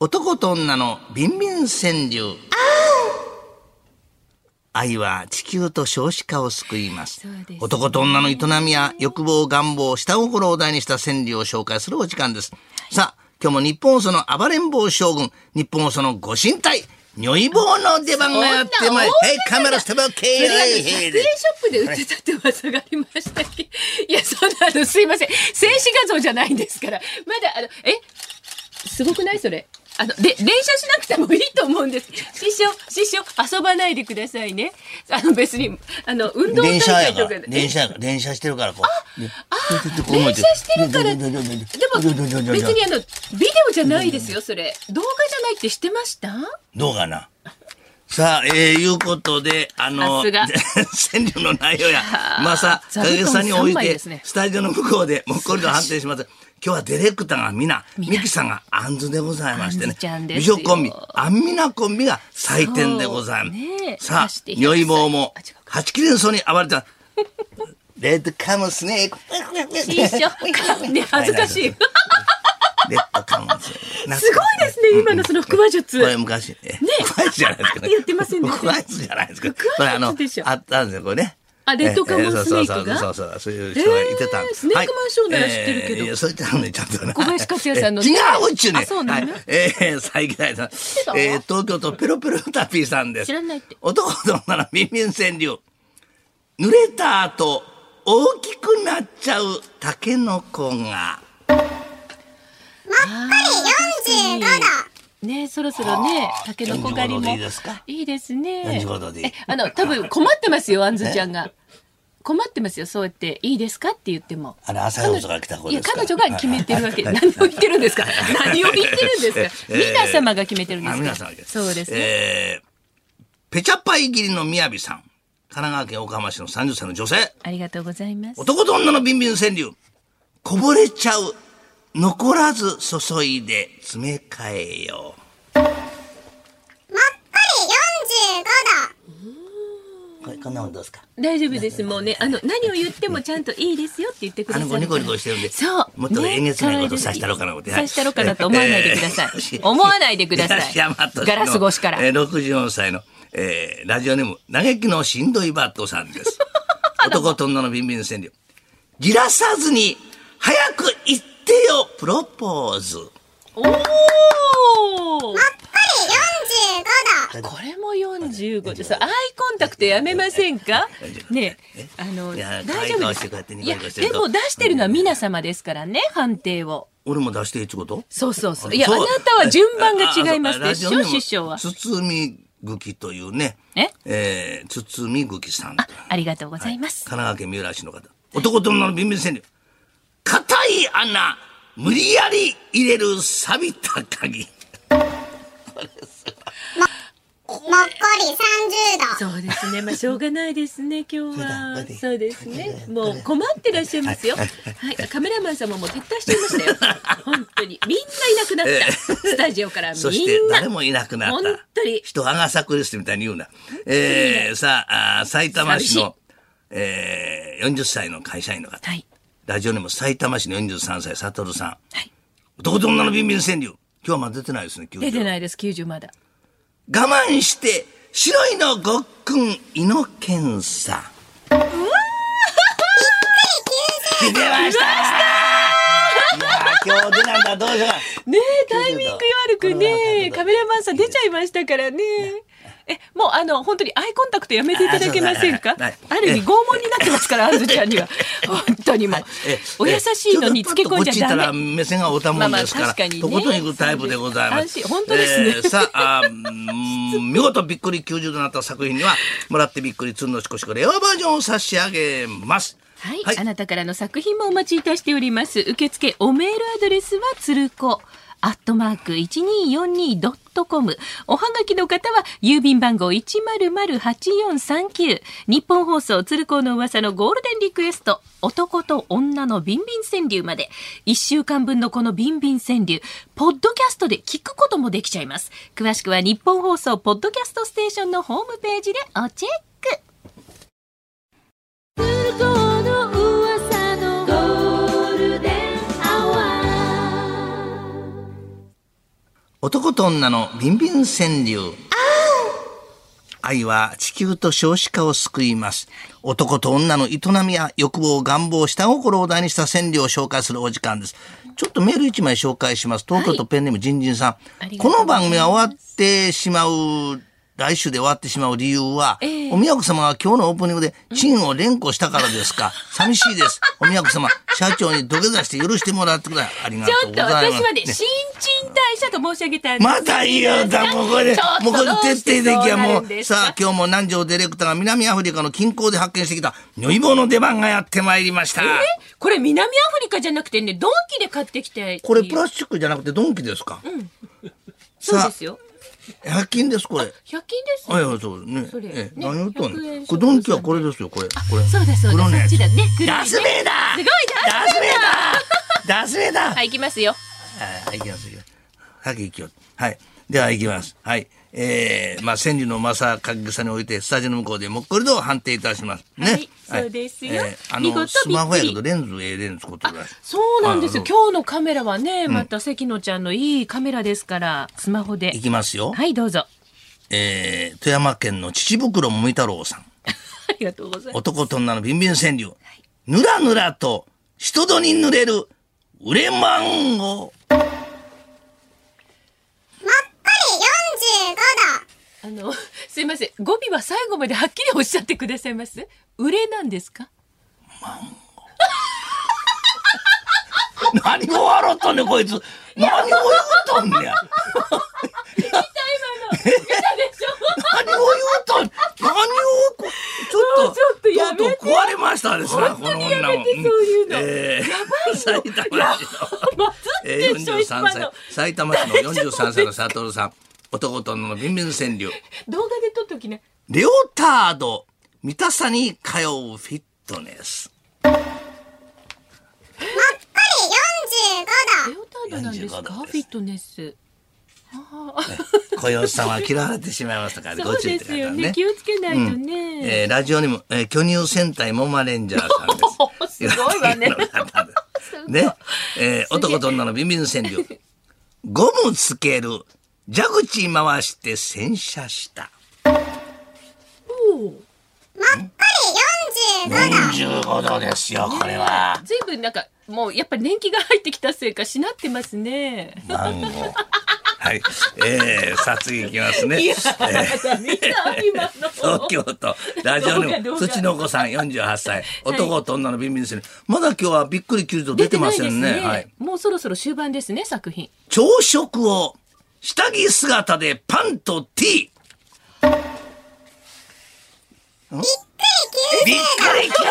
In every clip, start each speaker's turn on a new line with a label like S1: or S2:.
S1: 男と女のビンビン川柳。愛は地球と少子化を救います
S2: そうですね
S1: 男と女の営みや欲望、願望、下心を題にした川柳を紹介するお時間です。さあ、今日も日本放送の暴れん坊将軍、日本放送のご神体、如意棒の出番がやってまいり
S2: そんな大
S1: はい、カメラステバー
S2: そ
S1: ケ
S2: れ
S1: イ
S2: がね、100円ショップで売ってたって噂がありましたっけいや、そうなの、すいません。静止画像じゃないんですから。まだ、あの、えすごくないそれ。あの、で、連射しなくてもいいと思うんです。師匠、師匠、遊ばないでくださいね。あの、別に、あの、運動大
S1: 連射
S2: 会
S1: や
S2: と
S1: か、
S2: からで。
S1: 連射やから、連射してるから、こう。ねこうやってこう
S2: 連
S1: 動い
S2: 射してるから、で
S1: ど
S2: も
S1: どどどどどどどどど
S2: 別にあの、ビデオじゃないですよ、それ。動画じゃないって知ってました
S1: どうかな。さあ、えー、いうことで、あの、
S2: さす が
S1: 川柳の内容や
S2: は、あ
S1: まあさ、
S2: 座布団
S1: 影さんにおい
S2: 三枚
S1: て、
S2: ですね
S1: スタジオの向こうで、もうこれで判定します。今日はディレクターが皆、ミキさんがアンズでございまして
S2: アン
S1: ね
S2: ズちゃん。で
S1: 美
S2: すよ
S1: 女コンビ、アンミナコンビが採点でございます。
S2: そうねえ
S1: さあ
S2: 走っ、ていた
S1: 如
S2: だきたい
S1: 意棒も
S2: あ違うか、
S1: 八切れ草に暴れた。レッドカムスネーク。
S2: 師匠。ね、恥ずかしい。す
S1: レッドカムスネーク。
S2: ごいですね、今のその腹話術。
S1: これ昔ね。ね怖いやつじゃないですか、
S2: あやってませんね
S1: 僕はやつじゃないですか。
S2: 僕はやつ
S1: あの
S2: でし、ょ
S1: あったんですよ、これね。
S2: あレッドカモンスネークが
S1: えそうそうそうそう、そういう人がいてたんで
S2: えー
S1: す。
S2: スネークマンションなら知ってるけ
S1: はい
S2: ど
S1: えーいやそういったのね、ちゃんとね。
S2: 小林克也さん の
S1: え違う、うちゅうね。
S2: あそうなの
S1: はいえー、最近さん。
S2: た
S1: えー、東京都ペロペロタピーさんです。
S2: 知らないって
S1: 男と女のビンビン川柳。濡れた後、大きくなっちゃうタケノコが。
S2: 45度。ねそろそろね、タケノコ狩り
S1: 45
S2: も。
S1: 度でいいですか
S2: いいですね。
S1: 45度でいい
S2: え、あの、多分困ってますよ、アンズちゃんが。困ってますよ、そうやって、いいですかって言っても。
S1: あれ、朝放送から来た子
S2: い
S1: で
S2: や、
S1: すか
S2: 彼女が決めてるわけ。何を言ってるんですか何を言ってるんですか
S1: えー
S2: 皆様が決めてるんです
S1: あ
S2: か
S1: 皆さんです
S2: そうですね。
S1: えーペチャパイ切りのみやびさん。神奈川県岡浜市の30歳の女性。
S2: ありがとうございます。
S1: 男と女のビンビン川柳。こぼれちゃう。残らず注いで詰め替えよう。これこんなもんどうですか
S2: 大丈夫です。もうね、あの、何を言ってもちゃんといいですよって言ってくだ
S1: あ
S2: さ
S1: の
S2: る
S1: 子
S2: から。
S1: ニコニコしてるんで、
S2: そう。
S1: もっとえげつないこと
S2: ね
S1: さしたろかな思って。
S2: さしたろかなと思わないでください。思わないでください。ガラス越しから。
S1: えー、64歳の、えーラジオネーム、嘆きのしんどいバットさんです。男と女のビンビン川柳。じらさずに、早く言ってよ、プロポーズ。
S2: おお。これも45です。アイコンタクトやめませんかねえあの、
S1: いや
S2: 大丈夫
S1: 可愛い顔して
S2: です
S1: こうやってニ
S2: い
S1: コ
S2: や、
S1: ニコしてる
S2: で
S1: と
S2: も出してるのは皆様ですからね、判定を。
S1: 俺も出していいってこと
S2: そうそうそう。いや、あ
S1: そ
S2: な
S1: う
S2: たは順番が違いますでし
S1: ああ
S2: ょ、
S1: あそう
S2: 師匠は。
S1: 包みぐきというね。
S2: え
S1: えー、包みぐきさんと。
S2: あ、ありがとうございます
S1: 神。奈川県三浦市の方。男と女のビンビン川柳。硬い穴、無理やり入れる錆びた鍵。
S2: そうですね。まあ、しょうがないですね、今日
S1: そ
S2: は
S1: うだこれ。で
S2: そうですね。もう困ってらっしゃいますよ。はい、カメラマン様もう撤退しちゃいましたよ。 本当に。みんないなくなった。スタジオからみ
S1: そして
S2: ん
S1: 誰
S2: な。
S1: もいなくなっ
S2: 本
S1: た。
S2: 当に
S1: 人アガサクリスティみたいに言うな。えー、さあ、あー埼玉市の、えー、40歳の会社員の方。
S2: はい。
S1: ラジオネーム埼玉市の43歳、サトルさん。
S2: はい。
S1: 男と女のビンビン川柳。今日はまだ出てないですね、
S2: 出て
S1: い。
S2: ないです、90まだ。
S1: 我慢して、白いのごっくん、胃の検査。うわー出てましたいやー今日出なんだ、どうしようか。
S2: ねえ、タイミング悪くね、カメラマンさん出ちゃいましたからね。え、もうあの、本当にアイコンタクトやめていただけませんか
S1: あそうだはい
S2: ある意味拷問になってますから、アンズちゃんには。本当にもう。お優しいのにつけ込んじ
S1: ちょっとパッとこっ
S2: ゃダ
S1: ち行ったら
S2: メ。
S1: 目線がおたもんですから、
S2: まあまあ確かにね
S1: とことん行くタイプでございます。
S2: 安心本当ですね
S1: えーさあ、あーうーん見事びっくり90度になった作品には、もらってびっくりつんのしこしこレアバージョンを差し上げます。
S2: はい、
S1: はい
S2: あなたからの作品もお待ちいたしております。受付おメールアドレスはつるこ。アットマーク 1242.com。おはがきの方は、郵便番号100-8439。日本放送鶴光の噂のゴールデンリクエスト。男と女のビンビン川柳まで。1週間分のこのビンビン川柳。ポッドキャストで聞くこともできちゃいます。詳しくは日本放送ポッドキャストステーションのホームページでおチェック。ゴールデンアワー
S1: 男と女のビンビン川柳。愛は地球と少子化を救います。男と女の営みや欲望、願望、下心を題にした川柳を紹介するお時間です。ちょっとメール一枚紹介します。東京都ペンネームじんじんさ
S2: あ
S1: ん。
S2: りがと
S1: こ
S2: うござ
S1: の
S2: います
S1: 番組は終わってしまう、来週で終わってしまう理由は、
S2: ええ
S1: お宮子様は今日のオープニングでチンを連呼したからですか。寂しいです。お宮子様、社長に土下座して許してもらってください。ありが
S2: ち
S1: と
S2: ょ
S1: う
S2: っ
S1: ご
S2: と
S1: ざいます。
S2: 私まで
S1: ね
S2: 新陳代謝と申し上げたんです。
S1: また言いよ だ、もうこれ
S2: ちょっ、と
S1: もうこれ徹底的や、も
S2: どうしてそうなるん
S1: う。
S2: ですか
S1: さあ、今日も南條ディレクターが南アフリカの近郊で発見してきた、女房の出番がやってまいりました。
S2: えこれ南アフリカじゃなくてね、ドンキで買ってきて。
S1: これプ
S2: ス
S1: ラスチックじゃなくてドンキですか、
S2: そうですよ。
S1: ?100 均です、これ。
S2: 100均ですよ。
S1: はいはい、そうです
S2: そ
S1: ね
S2: れ。
S1: ええ、
S2: ね
S1: 何言っとん
S2: 100
S1: の
S2: 円
S1: これドンキはこれですよ、これ。これ。
S2: そうだそうだ。
S1: 黒の
S2: そ
S1: や
S2: っ
S1: つ
S2: ちだね。黒いね
S1: ダスメーダー
S2: すごいダ
S1: ダ
S2: ス
S1: ス
S2: メ
S1: メ
S2: ー
S1: ー
S2: ダー
S1: ダーダスメーダー
S2: はい、行きますよ。
S1: はい、行きます、行きます。先行きよ。はい。では行きます。はい。えー、まあ、千里の正影さんにおいて、スタジオの向こうでもっこりと判定いたします。ね。
S2: はいそうですよ
S1: あ
S2: 見
S1: の、
S2: 事
S1: スマホやけ
S2: び
S1: ど、
S2: っ
S1: レンズ、ええレンズ、こっとらしい。
S2: そうなんですよ
S1: は。い
S2: 今日のカメラはね、また関野ちゃんのいいカメラですから、スマホで
S1: 行。きますよ。
S2: はい、どうぞ。
S1: えー、富山県の秩父黒むい太郎さん。
S2: ありがとうございます。
S1: 男と女のビンビン川柳。ぬらぬらと、人とに濡れる、売れマンゴ
S3: も
S1: ー。
S3: っこり45度。
S2: あの、すいません。語尾は最後まではっきりおっしゃってくださいます売れなんで すか
S1: 何を笑っとんねん、こいつ。何を言うとんねん。
S2: 今の、歌でしょ
S1: 何を言うと、何をこ、ちょっ
S2: も
S1: と、
S2: うちょっとやめて
S1: とうとう壊れましたですね、
S2: 本当にや
S1: この女
S2: めて
S1: もん
S2: そういうの
S1: えー、
S2: や
S1: 埼玉市の、
S2: まず
S1: え
S2: って
S1: ー、
S2: でしょ、
S1: 43
S2: 今
S1: 歳
S2: の。、
S1: 埼玉市の43歳の佐藤さん、男と女のビンビン川柳、
S2: 動画で撮っときね。
S1: レオタード、三田さに通うフィットネス。
S3: もっこり45度。
S2: レオタードなんですか
S1: 45度です
S2: フィットネス。
S1: 小吉さんは嫌われてしまいましたから、
S2: そ
S1: ご
S2: う
S1: 注意っ
S2: で
S1: て
S2: す
S1: 方
S2: よ
S1: は
S2: ね。
S1: ね。
S2: 気をつけないとね。
S1: えー、ラジオにも、えー、巨乳戦隊モマレンジャーさん です。
S2: すごい わね。
S1: ね、えー、男と女のビンビン川柳。ゴムつける、蛇口回して洗車した。
S2: おー
S3: もっこり45度。
S1: 45度ですよ、これは。
S2: ずいぶんなんか、もうやっぱり年季が入ってきたせいか、しなってま すね。
S1: マンゴー。はい。えー、さあ次いきますね。
S2: いや、
S1: えー
S2: 見た今の。
S1: 東京都ラジオネー
S2: 動
S1: ム
S2: 画動画
S1: 土の子さん48歳男と女のビンビンですねまだ今日はびっくり90度出てませんねはい、
S2: もうそろそろ終盤ですね、作品。
S1: 朝食を下着姿でパンとティーびっくり90度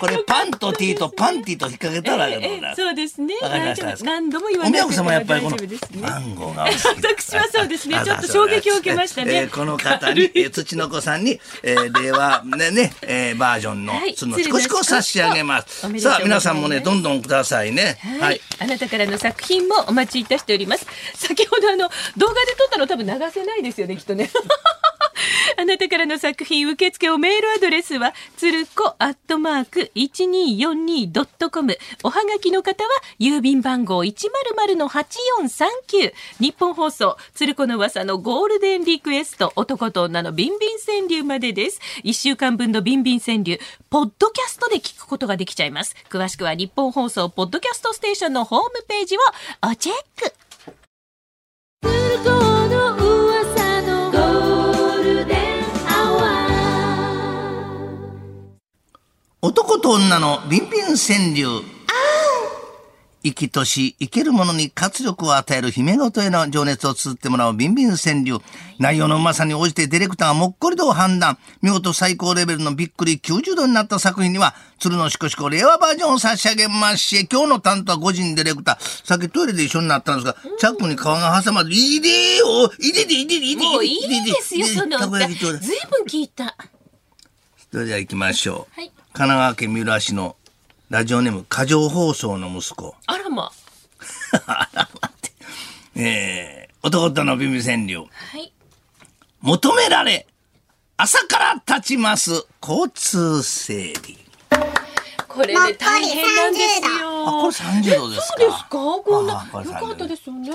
S1: これパンとティーとパンティーと引っ掛けたらやろうな
S2: そうですね。
S1: わかりま
S2: 大
S1: し
S2: 丈
S1: た
S2: 夫。何度も言わ
S1: お
S2: な
S1: 宮
S2: い
S1: 子様はやっぱりこの
S2: 大丈夫ですね
S1: マンゴーがお好きで
S2: 私はそうですね
S1: あ
S2: ちょっと衝撃を受けましたね
S1: えーこの方に、えー、土の子さんに、えー、令和ねね、えー、バージョンの
S2: はい
S1: つのちこちこを差し上げます。
S2: おめでとう
S1: さ
S2: ござ
S1: あ
S2: いま
S1: 皆
S2: す
S1: さんもねどんどんくださいね。
S2: はい、
S1: はい。
S2: あなたからの作品もお待ちいたしております。先ほどあの動画で撮ったの多分流せないですよね、きっとね。あなたからの作品受付をメールアドレスはつるこアットマーク 1242.com おはがきの方は郵便番号100-8439日本放送つるこの噂のゴールデンリクエスト男と女のビンビン川柳までです1週間分のビンビン川柳ポッドキャストで聞くことができちゃいます詳しくは日本放送ポッドキャストステーションのホームページをおチェック
S1: 男と女のビンビン川柳。生きとし、生けるものに活力を与える姫ごとへの情熱を綴ってもらうビンビン川柳。内容のうまさに応じてディレクターがもっこりと判断。見事最高レベルのびっくり90度になった作品には、鶴のしこしこ令和バージョンを差し上げますし、今日の担当は個人ディレクター。さっきトイレで一緒になったんですが、チャックに顔が挟まれて、いでよいででいででいでで
S2: もういいですよ、
S1: で
S2: その
S1: たこ
S2: 歌。
S1: 焼
S2: ず
S1: きち
S2: い
S1: ょうだい
S2: ぶん聞いた。
S1: それでは行きましょう。
S2: はい
S1: 神奈川県三浦市のラジオネーム、過剰放送の息子。
S2: あらま。
S1: えー、男とのビビ川柳。
S2: はい。
S1: 求められ、朝から立ちます、交通整理。
S2: これ
S3: もっこ
S2: ね
S3: り
S2: 大変なんです
S3: 30
S2: よ
S1: あこれ三十度ですか。
S2: そうですかこんな
S1: あこれ
S2: よ
S1: 30
S2: かったですよね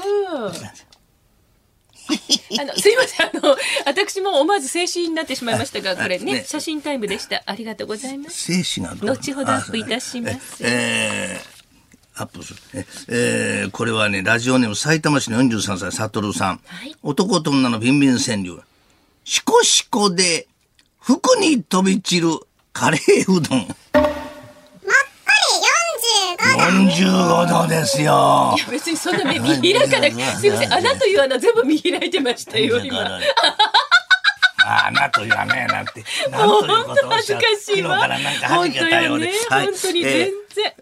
S2: あのすいませんあの私も思わず静止になってしまいましたがこれ
S1: ね
S2: ね写真タイムでしたありがとうございます
S1: 静止がどう
S2: 後ほどアップいたします
S1: あそうだえーアップするええーこれはねラジオネーム埼玉市の43歳サトルさん、
S2: はい
S1: 男と女のビンビン川柳しこしこで服に飛び散るカレーうどん
S3: もっこり45度
S1: 45度ですよ
S2: いや別にそんな目見開かなく
S1: はい
S2: すいません穴という穴全部見開いてましたよ今
S1: ああ、なと言わねえなって。なんということをおっしゃっ
S2: もう本当恥ずかし
S1: 昨日
S2: いわ
S1: からなんか恥じけたようで。
S2: 本当よ
S1: は
S2: ね
S1: い
S2: 本当に全然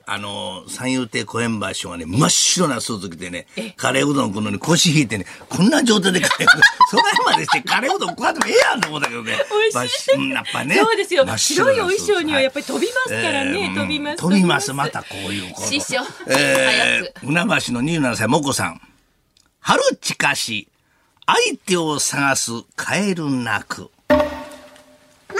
S1: あの、三遊亭小円橋師匠がね、真っ白なスーツ着てね、カレーうどんこのに腰引いてね、こんな状態でカレーうどん、 それまでしてカレーうどん食わってもええやんと思ったけどね。
S2: 美味しい
S1: まあうんやっぱね。
S2: そうですよ
S1: 真っ
S2: 白
S1: 白
S2: い
S1: な
S2: お
S1: スー
S2: 衣
S1: ツ
S2: 装にはやっぱり
S1: い
S2: 飛びますからね、
S1: えー
S2: 飛びます
S1: 飛びますまたこういうこと
S2: 師匠
S1: えー、
S2: 早く
S1: 船橋の27歳もこさん春近し相手を探すカエルなく
S3: もっこり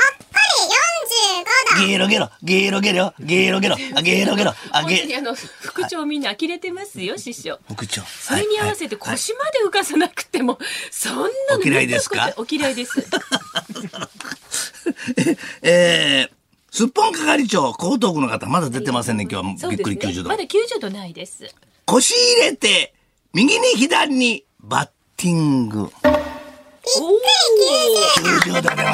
S1: ゲロゲロゲロゲロゲロゲロあゲロゲロあ
S2: 本当に
S1: ゲ
S2: あの副長みんな呆れてますよ、師匠
S1: 副長
S2: それに合わせて腰まで浮かさなくても、 そんなの
S1: お嫌いですか
S2: 見たことお嫌 いです。
S1: えー、すっぽん係長江東区の方まだ出てませんね今日
S2: そ
S1: は
S2: う
S1: びっ
S2: で
S1: く
S2: す
S1: り90
S2: ね。
S1: 度、
S2: まだ90度ないです。
S1: 腰入れて右に左にバッティング
S2: おおー、
S1: 90度出まし
S2: ま
S1: た
S2: さに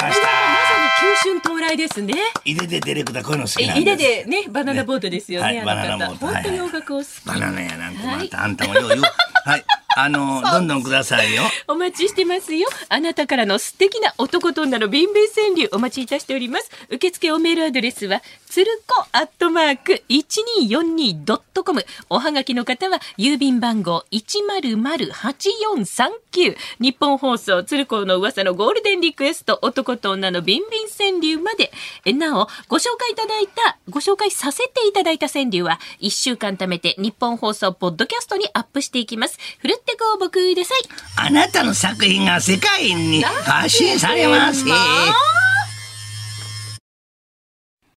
S2: 急春到来ですね。
S1: 井出でディレクターこういうの好きなんです
S2: 井出でね、バナナボートですよね、
S1: はいバナ
S2: あ
S1: ナ
S2: の
S1: ボートは
S2: 方。
S1: い
S2: 本当に音楽を好き。
S1: バナナやなんてまた、
S2: はい
S1: あんたもよう言う。 はい。あの、どんどんくださいよ。
S2: お待ちしてますよ。あなたからの素敵な男と女のビンビン川柳お待ちいたしております。受付おメールアドレスは、つるこアットマーク 1242.com。おはがきの方は、郵便番号100-8439。日本放送、つるこの噂のゴールデンリクエスト、男と女のビンビン川柳まで。えなお、ご紹介いただいた、ご紹介させていただいた川柳は、1週間貯めて日本放送、ポッドキャストにアップしていきます。ふるってご応募ください。
S1: あなたの作品が世界に発信されます。
S2: なんで